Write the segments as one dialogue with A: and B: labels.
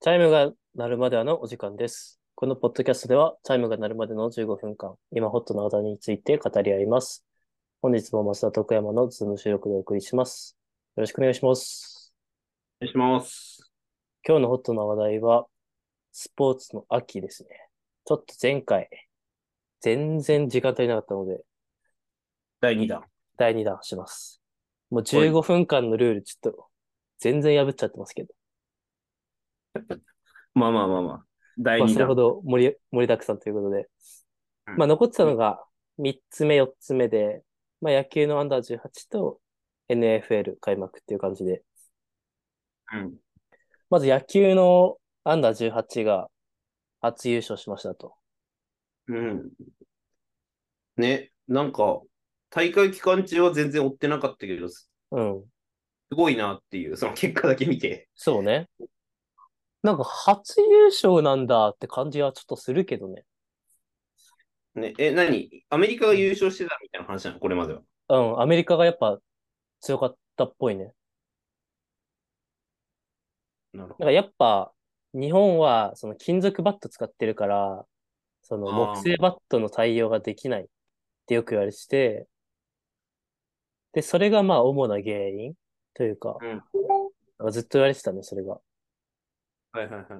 A: チャイムが鳴るまではのお時間です。このポッドキャストでは、チャイムが鳴るまでの15分間、今ホットな話題について語り合います。本日も増田徳山のズーム収録でお送りします。よろしくお願いします。
B: お願いします。
A: 今日のホットな話題は、スポーツの秋ですね。ちょっと前回、全然時間足りなかったので、
B: 第2弾。
A: 第2弾します。もう15分間のルール、ちょっと、全然破っちゃってますけど、
B: まあまあまあまあ。第
A: まあ、
B: 2
A: それほ
B: 弾。
A: ど盛り盛りだくさんということで、
B: うん
A: まあ、残ってたのが3つ目、4つ目で、まあ、野球のアンダー18と NFL 開幕っていう感じで、
B: うん。
A: まず野球のアンダー18が初優勝しましたと。
B: うん。ね、なんか、大会期間中は全然追ってなかったけど、す
A: うん。
B: すごいなっていう、その結果だけ見て。
A: そうね。なんか初優勝なんだって感じはちょっとするけどね。
B: ね、え、何アメリカが優勝してたみたいな話なのこれまでは。
A: うん、アメリカがやっぱ強かったっぽいね。
B: なるほ
A: なんかやっぱ日本はその金属バット使ってるから、その
B: あー
A: 木製バットの対応ができないってよく言われてて、で、それがまあ主な原因というか、
B: うん
A: なんかずっと言われてたね、それが。
B: ど。はいはいはい。
A: ま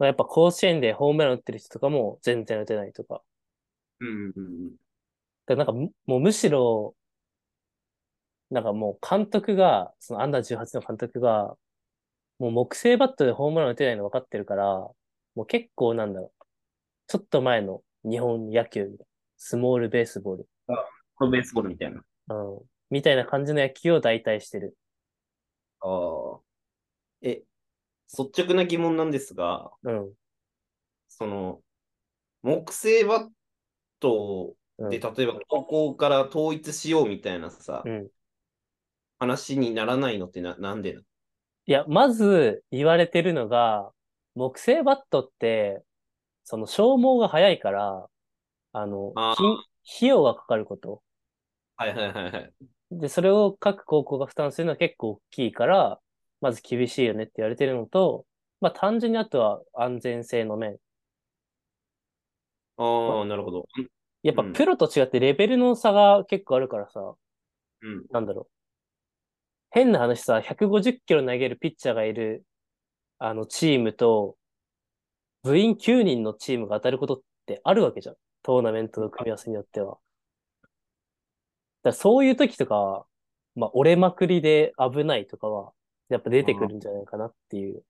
A: あやっぱ甲子園でホームラン打ってる人とかも全然打てないとか。
B: うんうん
A: だからなんかむもうむしろ、なんかもう監督が、そのアンダー18の監督が、もう木製バットでホームラン打てないの分かってるから、もう結構なんだろう。ちょっと前の日本野球みたいな、スモールベースボール、
B: このベースボールみたいな。
A: うん、みたいな感じの野球を代替してる。
B: ああ。え、率直な疑問なんですが、
A: うん。
B: その、木製バットを
A: うん
B: で、例えば高校から統一しようみたいなさ、
A: うん
B: 話にならないのってななんでない
A: や、まず言われてるのが、木製バットって、その消耗が早いから、あの、
B: あー
A: 費費用がかかること。
B: はいはいはいはい。
A: で、それを各高校が負担するのは結構大きいから、まず厳しいよねって言われてるのと、まあ単純にあとは安全性の面。
B: ああ、なるほど。
A: やっぱ
B: うん
A: プロと違ってレベルの差が結構あるからさ、
B: うん。
A: なんだろう。変な話さ、150キロ投げるピッチャーがいる、あのチームと、部員9人のチームが当たることってあるわけじゃん。トーナメントの組み合わせによっては。だからそういう時とか、まあ折れまくりで危ないとかは、やっぱ出てくるんじゃないかなっていう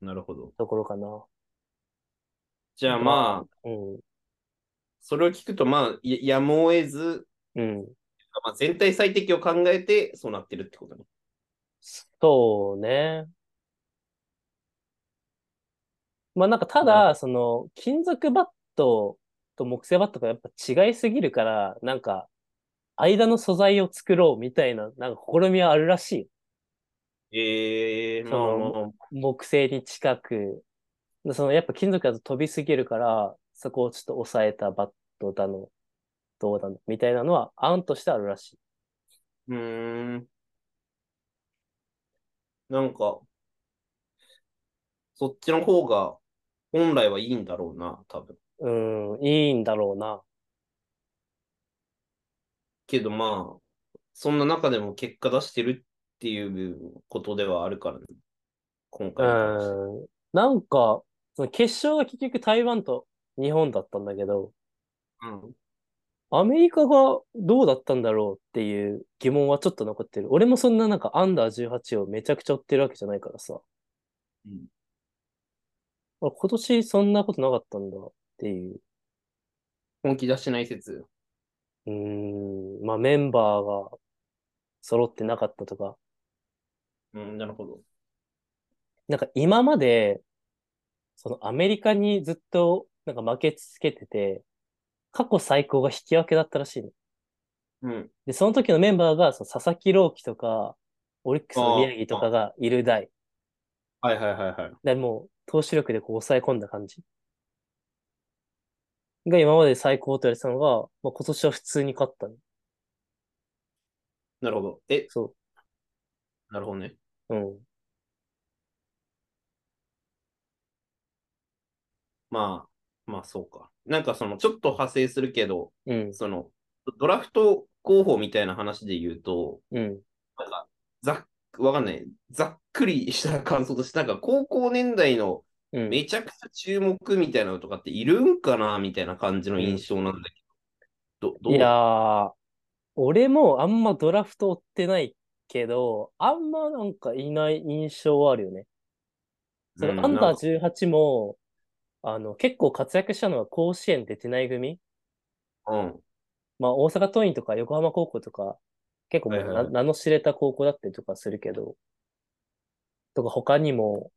B: なるほど。
A: ところかな。
B: じゃあまあ、
A: うん。
B: それを聞くと、まあ、ややむを得ず、
A: うん。
B: まあ、全体最適を考えて、そうなってるってことね。
A: そうね。まあなんかた
B: な
A: だ、その金属バットと木製バットがやっぱ違いすぎるから、なんか間の素材を作ろうみたいな、なんか試みはあるらしい。
B: ええー、
A: そ
B: まあ
A: の
B: まあま
A: 木製に近く。そのやっぱ金属だと飛びすぎるから、そこをちょっと抑えたバットだの、どうだの、みたいなのは案としてあるらしい。
B: あ。うーん。なんか、そっちの方が、本来はいいんだろうな、多分。
A: うん、いいんだろうな。
B: けどまあ、そんな中でも結果出してるっていうことではあるからね。今回の話
A: うん。なんか、その決勝が結局台湾と日本だったんだけど、
B: うん。
A: アメリカがどうだったんだろうっていう疑問はちょっと残ってる。俺もそんななんかアンダー18をめちゃくちゃ追ってるわけじゃないからさ。
B: うん
A: あ今年そんなことなかったんだっていう。
B: 本気出してない説。
A: うーん。まあメンバーが揃ってなかったとか。
B: うん、なるほど。
A: なんか今まで、そのアメリカにずっとなんか負け続けてて、過去最高が引き分けだったらしいの。
B: うん。
A: で、その時のメンバーが、その佐々木朗希とか、オリックスの宮城とかがいる代。
B: はいはいはいはい。
A: で、もう、投手力でこう抑え込んだ感じ。が今まで最高と言われてたのが、まあ、今年は普通に勝ったね。
B: なるほど。え、
A: そ
B: なるほどね。
A: う。うん。
B: まあ、まあそうか。なんかその、ちょっと派生するけど、
A: うん、
B: その、ドラフト候補みたいな話で言うと、
A: うん。
B: なんか、ざっわかんない。ざっくりした感想として、なんか高校年代の
A: うん。
B: めちゃくちゃ注目みたいなのとかっているんかなみたいな感じの印象なんだけど。どどう
A: いやー、俺もあんまドラフト追ってないけど、あんまなんかいない印象はあるよね。そ
B: うん
A: のアン
B: な
A: ダ
B: んか
A: ー18も、あの、結構活躍したのは甲子園出てない組。
B: うん。
A: まあ、大阪桐蔭とか横浜高校とか、結構もう
B: はいはい
A: 名
B: は
A: 名の知れた高校だったりとかするけど、とか他にも、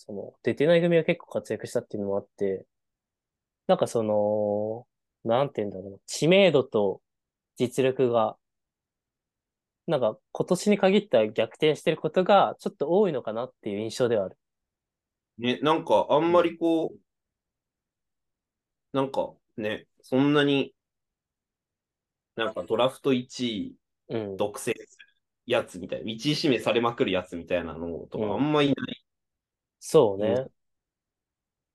A: その、出てない組が結構活躍したっていうのもあって、なんかその、なんて言うんだろうな、知名度と実力が、なんか今年に限っては逆転してることがちょっと多いのかなっていう印象ではある。
B: ね、なんかあんまりこう、なんかね、そんなに、なんかドラフト1位
A: うん。
B: 独占するやつみたいな、1位指名されまくるやつみたいなのと
A: うん
B: かあんまいない。
A: そうね。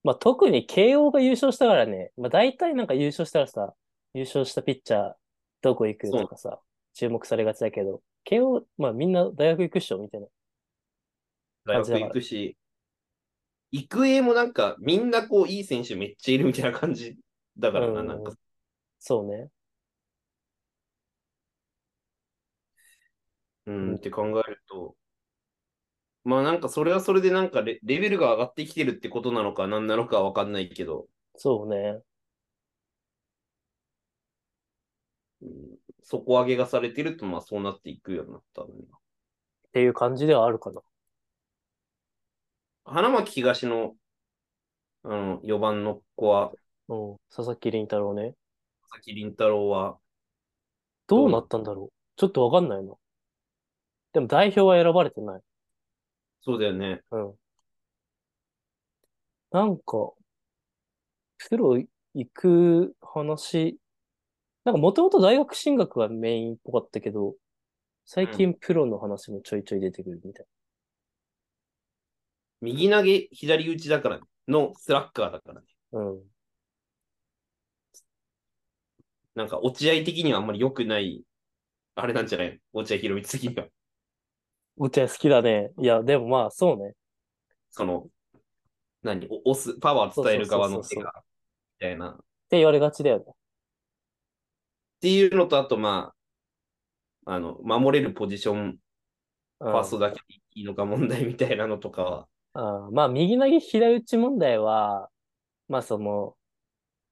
A: まあ、特に慶応が優勝したからね、まあ、大体なんか優勝したらさ、優勝したピッチャーどこ行くとかさ、注目されがちだけど、慶応、まあみんな大学行くっしょみたいな。
B: 大学行くし、育英もなんかみんなこういい選手めっちゃいるみたいな感じだからな、
A: うん
B: なんか。
A: そうね。
B: うん、って考えると、まあなんかそれはそれでなんかレレベルが上がってきてるってことなのか何なのかわかんないけど、
A: そうね。
B: うん、底上げがされてるとまあそうなっていくようになったのに。
A: っていう感じではあるかな。
B: 花巻東のあの4番の子は、
A: うん。佐々木麟太郎ね。
B: 佐々木麟太郎は、
A: どうなったんだろう。ちょっとわかんないな。でも代表は選ばれてない。
B: そうだよね。
A: うん。なんか、プロ行く話、なんかもともと大学進学がメインっぽかったけど、最近プロの話もちょいちょい出てくるみたい
B: 右投げ、左打ちだからね、のスラッガーだからね。
A: な。うん。
B: なんか落合的にはあんまり良くない、あれなんじゃない落合博満的には。
A: 落合好きだね。いや、でもまあ、そうね。
B: その、何お押す、パワー伝える側の手
A: そうそうそうそう
B: が、みたいな。
A: って言われがちだよね。
B: っていうのと、あと、まあ、あの、守れるポジション、
A: う
B: フ
A: ん
B: ァーストだけでいいのか問題みたいなのとかは、
A: あーまあ、右投げ左打ち問題は、まあその、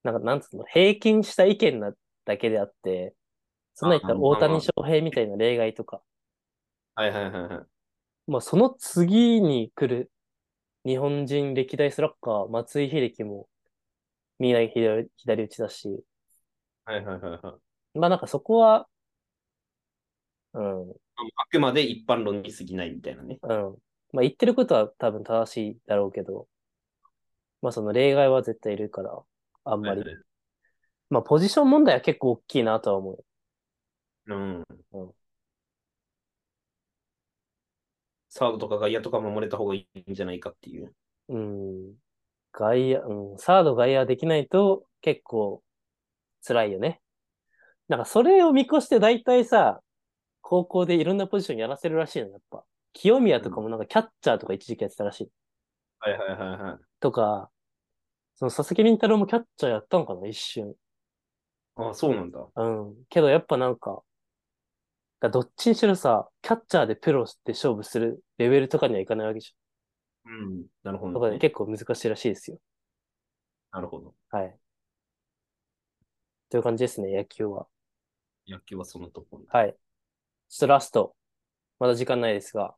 A: なんか、なんつうの、平均した意見なだけであって、そんな言ったら
B: あー
A: 大
B: まあ
A: 谷翔平みたいな例外とか、
B: はいはいはいはい。
A: まあ、その次に来る日本人歴代スラッガー、松井秀喜も、右投げ左左打ちだし、
B: はいはいはいはい。
A: まあなんかそこは、うん、うん。
B: あくまで一般論に過ぎないみたいなね。
A: まあ言ってることは多分正しいだろうけど、まあその例外は絶対いるから、あんまり
B: はい。はい
A: まあポジション問題は結構大きいなとは思う。
B: うん
A: うん。
B: サードとか外野とか守れた方がいいんじゃないかっていう。
A: うん。外野、うん、サード外野できないと結構辛いよね。なんかそれを見越して大体さ、高校でいろんなポジションやらせるらしいの、やっぱ。清宮とかもなんかキャッチャーとか一時期やってたらしい。
B: はいはいはいはい。
A: とか、その佐々木麟太郎もキャッチャーやったのかな、一瞬。
B: ああ、そうなんだ。
A: うん。けどやっぱなんか、だからどっちにしろさ、キャッチャーでプロで勝負するレベルとかにはいかないわけじ
B: うん。なるほ
A: ゃん。だ
B: ど
A: から
B: ね、
A: 結構難しいらしいですよ。
B: なるほど。
A: はい。という感じですね、野球は。
B: 野球はそんなところだ。
A: はい。ちょっとラスト。まだ時間ないですが、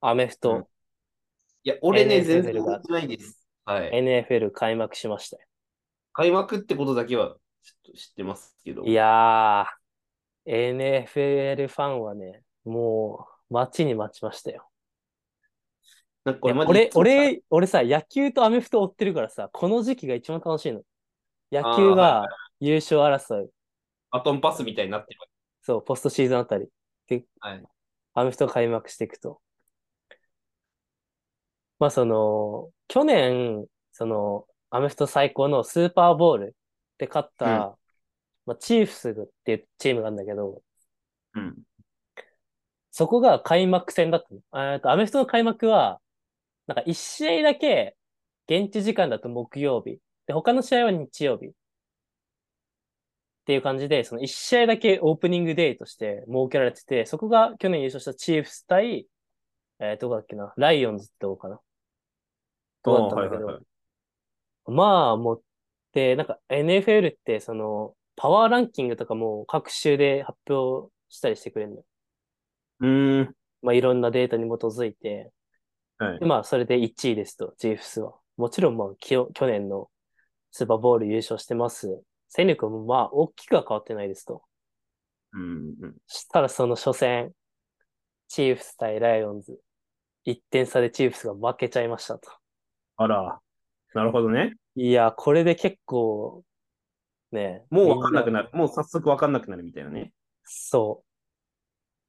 A: アメフト、
B: いや、俺ね、
A: NFL
B: 全然
A: が
B: 関係ないです。はい。
A: NFL 開幕しましたよ。
B: 開幕ってことだけはちょっと知ってますけど。
A: いやー、NFL ファンはね、もう、待ちに待ちましたよ。
B: なんか
A: い
B: これ
A: や
B: マジで
A: 俺、、俺、俺さ、野球とアメフト追ってるからさ、この時期が一番楽しいの。野球
B: あーは
A: が優勝争い、
B: バトンパスみたいになってる
A: そう、ポストシーズンあたり、
B: わけ。はい。
A: アメフトが開幕していくと。まあ、その、去年、その、アメフト最高のスーパーボールで勝った、
B: うん
A: まあ、チーフスっていうチームなんだけど、
B: うん。
A: そこが開幕戦だったの。えーと、アメフトの開幕は、なんか1試合だけ、現地時間だと木曜日。で、他の試合は日曜日。っていう感じで、その1試合だけオープニングデーとして設けられてて、そこが去年優勝したチーフス対、えー、どこだっけな、ライオンズってどうかな。どうだったんだけど、
B: あーはいはいはい
A: まあ、もう、で、なんか NFL って、その、パワーランキングとかも各週で発表したりしてくれるのよ。
B: うーん。
A: まあ、いろんなデータに基づいて、
B: はい
A: で、。まあ、それで1位ですと、ジーフスは。もちろん、まあ、きよ去年のスーパーボール優勝してます。戦力も、まあ、大きくは変わってないですと。
B: うん。うん
A: したら、その初戦、チーフス対ライオンズ。1点差でチーフスが負けちゃいましたと。
B: あら。なるほどね。
A: いや、これで結構、ね、
B: もうわかんなくなる。もう早速わかんなくなるみたいなね。
A: そ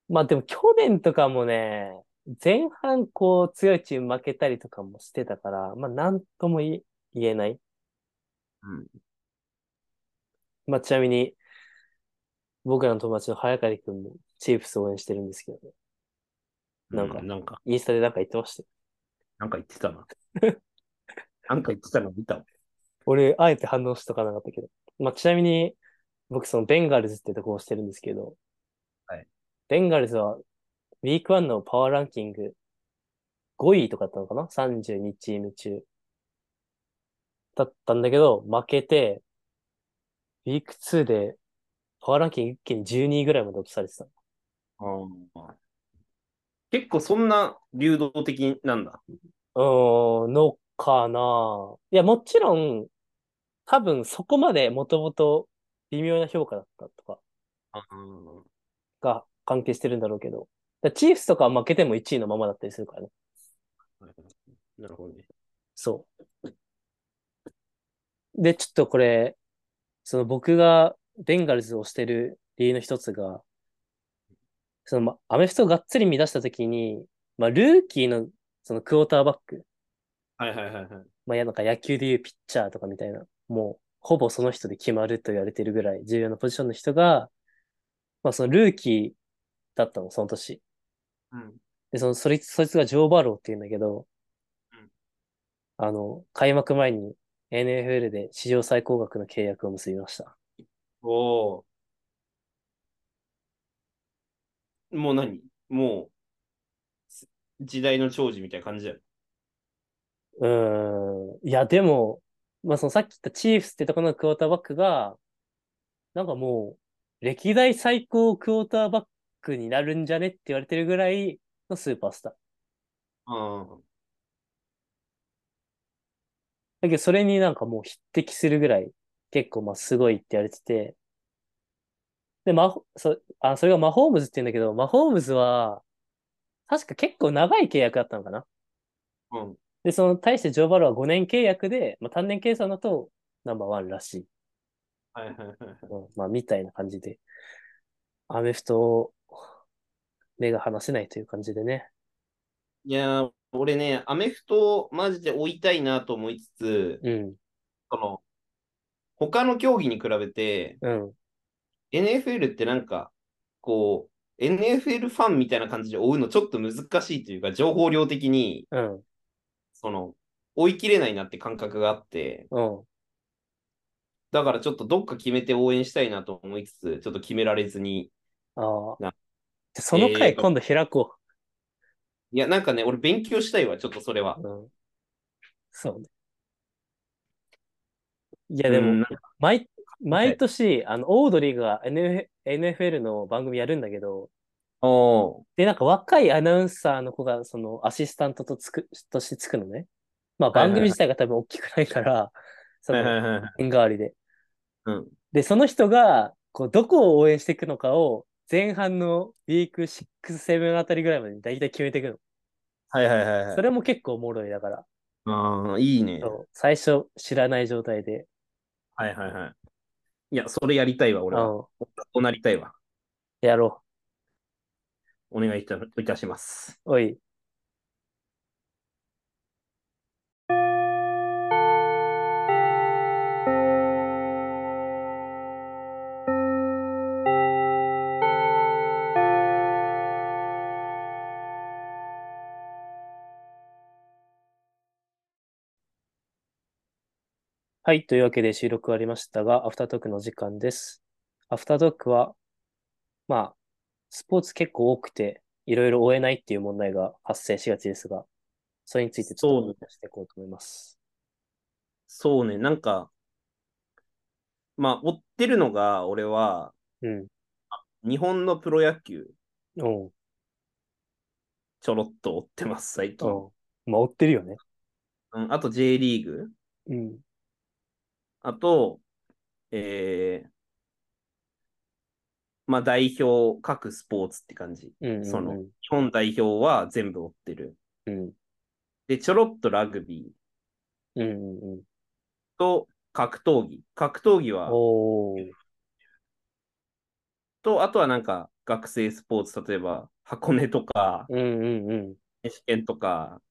A: う。まあでも去年とかもね、前半こう強いチーム負けたりとかもしてたから、まあなんともい言えない。
B: うん。
A: まあちなみに、僕らの友達の早刈くんもチーフス応援してるんですけどね。なんか
B: うなんか、
A: インスタでなんか言ってましたよ。
B: なんか言って たな。なんか言ってたの見たわ。
A: 俺、あえて反応しとかなかったけど。まあちなみに、僕そのベンガルズってとこをしてるんですけど、
B: はい
A: ベンガルズは、ウィーク1のパワーランキング5位とかだったのかな ?32 チーム中。だったんだけど、負けて、ウィーク2で、パワーランキング一気に12位ぐらいまで落とされてた。
B: あー結構そんな流動的なんだ。
A: うーん、のかないや、もちろん、多分そこまでもともと微妙な評価だったとか
B: うん
A: が関係してるんだろうけど。だからチーフスとかは負けても1位のままだったりするからね。
B: なるほどね。
A: そう。で、ちょっとこれ、その僕がベンガルズをしてる理由の一つが、そのまアメフトをがっつり乱したときに、まあ、ルーキーのそのクォーターバック、
B: はいはいはいはい。
A: まあ、やなんか野球でいうピッチャーとかみたいな、もうほぼその人で決まると言われてるぐらい重要なポジションの人が、まあ、そのルーキーだったの、その年。
B: うん。
A: で、その、それ、そいつがジョー・バローって言うんだけど
B: うん、
A: あの、開幕前に NFL で史上最高額の契約を結びました。
B: おーもう何もう、時代の寵児みたいな感じだよ。
A: うーん。いや、でも、まあ、そのさっき言ったチーフスってところのクォーターバックが、なんかもう、歴代最高クォーターバックになるんじゃねって言われてるぐらいのスーパースター。
B: うん。
A: だけど、それになんかもう匹敵するぐらい、結構まあすごいって言われてて。で、マホ、そ、あ、それがマホームズって言うんだけど、マホームズは、確か結構長い契約だったのかな。
B: うん。
A: で、その、対してジョー・バローは5年契約で、まあ単年計算だとナンバーワンらしい。
B: はいはいはいはい。
A: うん、まあ、みたいな感じで、アメフトを目が離せないという感じでね。
B: いやー、俺ね、アメフトをマジで追いたいなと思いつつ、
A: うん、
B: この、他の競技に比べて、
A: うん、
B: NFL ってなんか、こう、NFL ファンみたいな感じで追うのちょっと難しいというか、情報量的に、
A: うん、
B: その、追い切れないなって感覚があって、
A: うん。
B: だからちょっとどっか決めて応援したいなと思いつつ、ちょっと決められずに。
A: ああ。じゃ
B: な
A: あその回
B: えー
A: 今度開こ
B: いや、なんかね、俺勉強したいわ、ちょっとそれは
A: う。。うん。そうね。いや、でも、
B: うん
A: 毎、毎年、あの、オードリーが NF NFL の番組やるんだけど、
B: おー
A: で、なんか若いアナウンサーの子が、その、アシスタントとつく、としてつくのね。まあ、
B: はいはい
A: 番組自体が多分大きくない から、そ
B: はい
A: の
B: は、いはいはい。
A: 縁代わりで。
B: うん
A: で、その人が、こう、どこを応援していくのかを、前半のウィーク6、7あたりぐらいまでに大体決めていくの。
B: はいはいはいはい
A: それも結構おもろいだから、
B: ああ、いいね。
A: そう最初知らない状態で、
B: はいはいはい。いや、それやりたいわ、俺は。
A: うん
B: こうなりたいわ。
A: やろ
B: お願いいたいたします。
A: う。おい。はい。というわけで収録終わりましたが、アフタートークの時間です。アフタートークは、まあ、スポーツ結構多くて、いろいろ追えないっていう問題が発生しがちですが、それについてちょっ
B: そう
A: と
B: ね
A: 話していこうと思います。
B: そうね、なんか、まあ、追ってるのが、俺は、
A: うん。
B: 日本のプロ野球、
A: おう
B: ちょろっと追ってます、最近。
A: おうまあ、追ってるよね。
B: うん、あと J リーグ、
A: うん。
B: あと、えー、まあ、代表、各スポーツって感じ。
A: うんうん、うん。
B: その日本代表は全部追ってる。
A: うん。
B: で、ちょろっとラグビー
A: うんうんうん。
B: と格闘技。格闘技は、
A: おー。
B: と、あとはなんか学生スポーツ、例えば箱根とか、
A: うんうんうん。
B: 試験とか、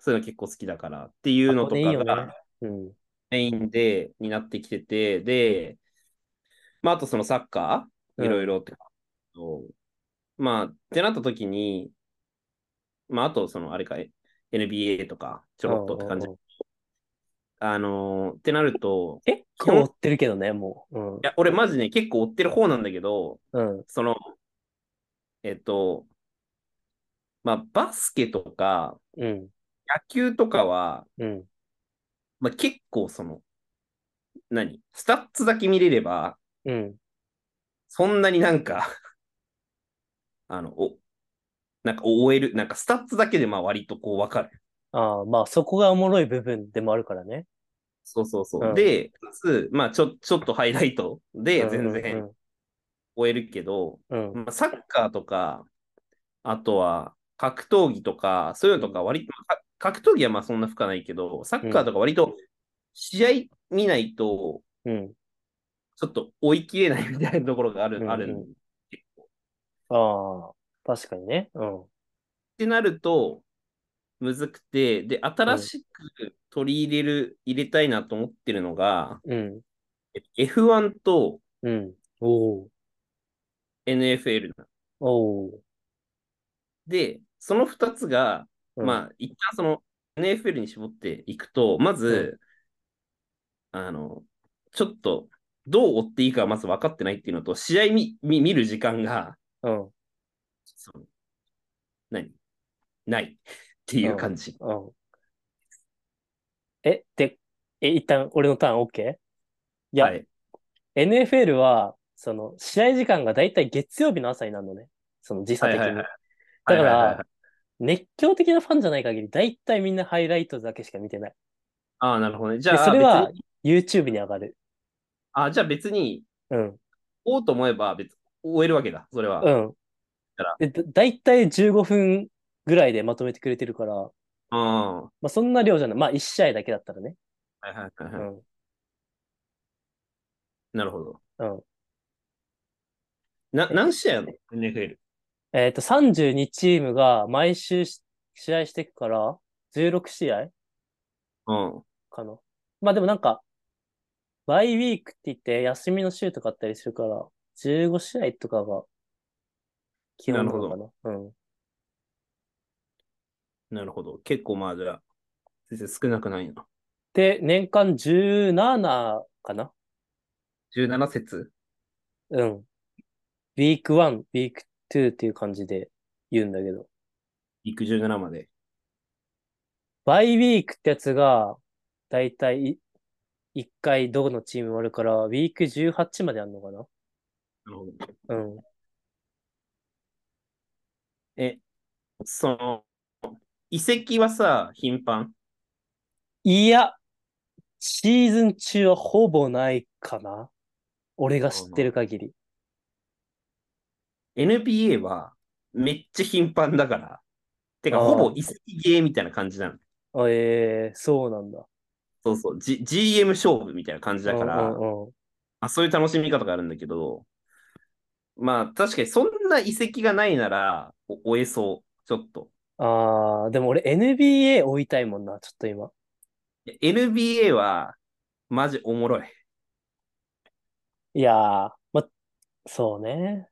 B: そういうの結構好きだからっていうの
A: 箱
B: と
A: 根いい
B: か
A: よね
B: が
A: うん。
B: メインで、になってきてて、で、まあ、あとそのサッカ
A: う
B: ー、
A: ん
B: いろいろって、まあ、ってなった時に、まあ、あとその、あれか、え NBA とか、ちょろっとって感じ
A: うん。うんうん
B: あのーってなると、
A: 結構追ってるけどね、もう。うん
B: い。や、俺マジね、結構追ってる方なんだけど、
A: うん。
B: その、えっと、まあ、バスケとか、
A: うん。
B: 野球とかは、
A: うん。
B: まあ、結構その、何スタッツだけ見れれば、
A: うん。
B: そんなになんか、 あの、お、なんか終える、なんかスタッツだけでまあ割とこうわかる。
A: ああ、まあそこがおもろい部分でもあるからね。
B: そうそうそう。
A: うん
B: で、かつ、まあちょ、ちょっとハイライトで
A: うん
B: 全然終えるけど、
A: うんうん。
B: まあ、サッカーとか、あとは格闘技とか、そういうのとか割と、か格闘技はまあそんな深ないけど、サッカーとか割と試合見ないと、
A: うん。うん
B: ちょっと追い切れないみたいなところがある、
A: うんうん
B: あるん結構。っ
A: ああ、確かにね。うん。
B: てなると、むずくて、で、新しく取り入れる、入れたいなと思ってるのが、
A: うん。
B: F1 と
A: うん。おー
B: NFL な
A: おー
B: で、その2つが、
A: うん。
B: まあ、一旦その NFL に絞っていくと、まず、あの、ちょっと、どう追っていいかはまず分かってないっていうのと、試合見見見る時間が、
A: うん。
B: その何ないっていう感じ。
A: うん。え、で、え、一旦俺のターン OK? いや、
B: はい。
A: NFL は、その、試合時間がだいたい月曜日の朝になるのね。その時差的
B: はい
A: に。
B: は
A: だ
B: い
A: か
B: はいはいはい
A: ら、熱狂的なファンじゃない限り、だいたいみんなハイライトだけしか見てない。
B: ああ、なるほどね。
A: で、
B: じゃあ、
A: それは
B: 別に
A: YouTube に上がる。
B: あじゃあ別に、
A: うん。
B: 追おうと思えば別、追えるわけだ、それは。
A: うん
B: だか。
A: で、だだいたい15分ぐらいでまとめてくれてるから、ま
B: うん。は
A: あそんな量じゃない。まあ1試合だけだったらね。
B: いはいはいうはい。
A: ん。
B: なるほど。
A: うん。
B: な何試合やの ?NFL。
A: えっと、32チームが毎週し試合していくから、16試合
B: うん。
A: かな。まあでもなんか、バイウィークって言って休みの週とかあったりするから、15試合とかが基本なのかな。うん。
B: なるほど。結構まあじゃあ、先生少なくないな。
A: で、年間17かな。
B: 17節
A: うん。ウィーク1、ウィーク2っていう感じで言うんだけど。
B: いく17まで。
A: バイウィークってやつが、だいたい1回どこのチームもあるから、ウィーク18まであるのか
B: なるほど。
A: な。うん。
B: え、その、移籍はさ、頻繁
A: いや、シーズン中はほぼないかな。俺が知ってる限り。
B: ?NBA はめっちゃ頻繁だから。てか、
A: あー
B: ほぼ移籍ゲーみたいな感じなの。
A: あええそうなんだ。
B: そうそう、G、GM 勝負みたいな感じだから、
A: うんうん
B: あ、そういう楽しみ方があるんだけど、まあ確かにそんな遺跡がないなら、お終えそう、ちょっと。
A: ああ、でも俺 NBA 追いたいもんな、ちょっと今。
B: いや NBA は、マジおもろい。
A: いやー、ま、そうね。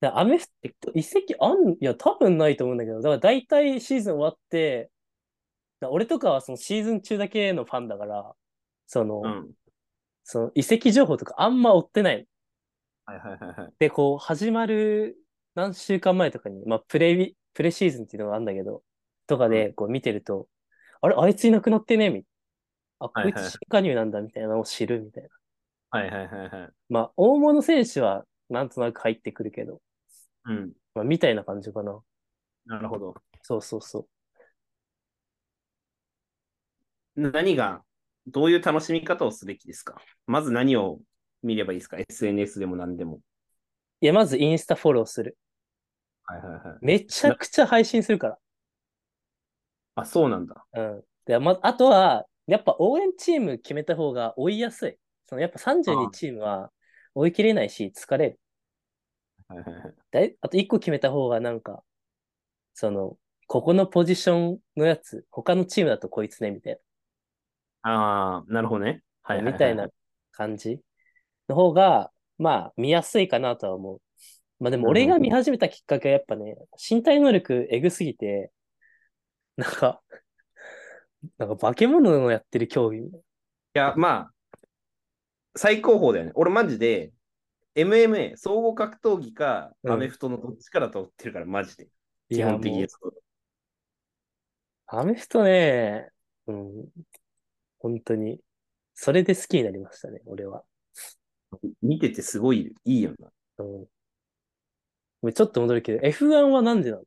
A: だアメフト移籍あん、いや、多分ないと思うんだけど、だから大体シーズン終わって、だ俺とかはそのシーズン中だけのファンだから、その、
B: うん。
A: その移籍情報とかあんま追ってないの。
B: はいはいはいはい。
A: で、こう、始まる何週間前とかに、まあ、プレビ、プレシーズンっていうのがあるんだけど、とかで、こう見てると、あれ、あいついなくなってねみあ、こ
B: はいはい
A: いつ新加入なんだ、みたいなのを知る、みたいな。
B: はいはいはいはい。
A: まあ、大物選手は、なんとなく入ってくるけど、
B: うん。
A: まあ、みたいな感じかな。
B: なるほど。
A: そうそうそう。
B: 何が、どういう楽しみ方をすべきですかまず何を見ればいいですか ?SNS でも何でも。
A: いや、まずインスタフォローする。
B: はいはいはい。
A: めちゃくちゃ配信するか
B: あ、そうなんだ。
A: ら。うん。で、ま、あとは、やっぱ応援チーム決めた方が追いやすい。そのやっぱ32チームは追い切れないし、疲れる。
B: はいはいはい。
A: だいあと1個決めた方がなんか、その、ここのポジションのやつ、他のチームだとこいつね、みたい
B: ああ、なるほどね。は
A: な、
B: いはいはい、
A: みたいな感じの方が、まあ、見やすいかなとは思う。まあでも、俺が見始めたきっかけはやっぱね、身体能力エグすぎて、なんか、 なんか化け物のやってる競技みたい
B: いや、まあ、最高峰だよね。俺マジで、MMA、総合格闘技か、
A: うん
B: アメフトのどっちからとってるから、マジで。
A: な。
B: 基本的
A: い
B: に
A: や。もうアメフトね、うん、本当に、それで好きになりましたね、俺は。
B: 見ててすごいいいよな。
A: うん。ごめんちょっと戻るけど、F1 はなんでなの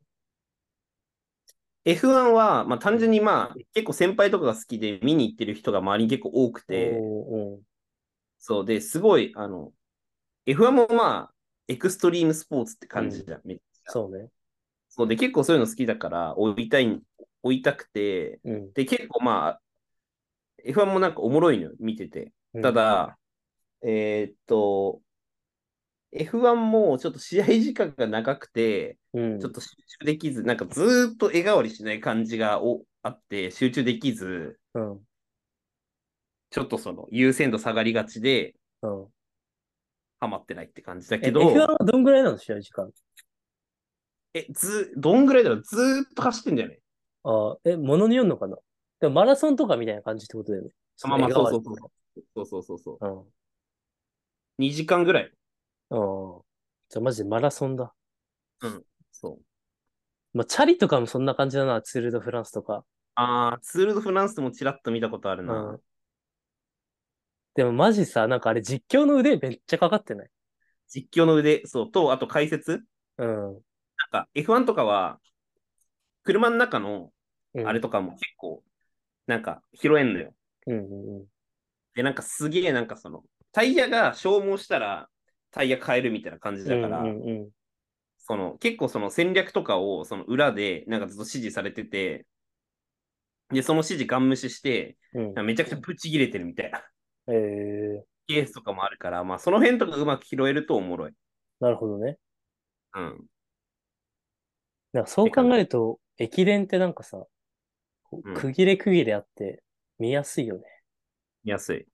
B: F1 は、まあ、単純にまあ、結構先輩とかが好きで、見に行ってる人が周りに結構多くて、
A: おー
B: そうで、すごい、あの、F1 もまあ、エクストリームスポーツって感じじゃん。めっちゃ
A: そうね。
B: そうで、結構そういうの好きだから、追いたい、追いたくて、
A: うん
B: で、結構まあ、F1 もなんかおもろいのよ、見てて。
A: うん。
B: ただ、えーっと、F1 もちょっと試合時間が長くて、
A: うん、
B: ちょっと集中できず、なんかずーっと笑顔にしない感じがおあって、集中できず、
A: うん。
B: ちょっとその優先度下がりがちで、
A: うん。
B: ハマってないって感じだ
A: え、
B: け
A: F1 は
B: ど、
A: どんぐらいなの試合時間。
B: え、ず、どんぐらいだろうずーっと走ってんだよね。
A: ああ、え、ものによるのかなでもマラソンとかみたいな感じってことだよね。
B: まあまあ
A: の笑顔
B: そうそうそうそうそう。
A: とか
B: 2時間ぐらい。
A: うん。うん。じゃあマジでマラソンだ。
B: そう。
A: まあ、チャリとかもそんな感じだな、ツール・ド・フランスとか。
B: あー、ツール・ド・フランスもちらっと見たことあるな。
A: うんでもマジさ、なんかあれ実況の腕めっちゃかかってない。
B: 実況の腕、そう、と、あと解説。
A: うん。
B: なんか F1 とかは、車の中の
A: うん
B: あれとかも結構、なんか拾えんのよ。
A: うんうんうん。
B: で、なんかすげえ、なんかその、タイヤが消耗したら、タイヤ変えるみたいな感じだから、
A: うんうんうん。
B: その結構その戦略とかをその裏でなんかずっと指示されてて、で、その指示ガン無視して、
A: うん
B: なんか、めちゃくちゃブチ切れてるみたいな
A: えー、
B: ケースとかもあるから、まあその辺とかうまく拾えるとおもろい。
A: なるほどね。
B: うん。
A: なんかそう考えると、駅伝ってなんかさ、こう
B: うん
A: 区切れ区切れあって見やすいよね。
B: 見やすい。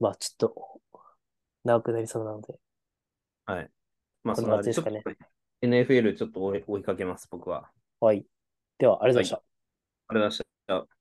A: まあちょっと、長くなりそうなので。こ
B: まあ
A: ん
B: そ
A: な
B: の
A: 感じですかね
B: ちょっと NFL ちょっと追い追いかけます、僕は。
A: はい。では、ありがとうございました。
B: ありがとうございました。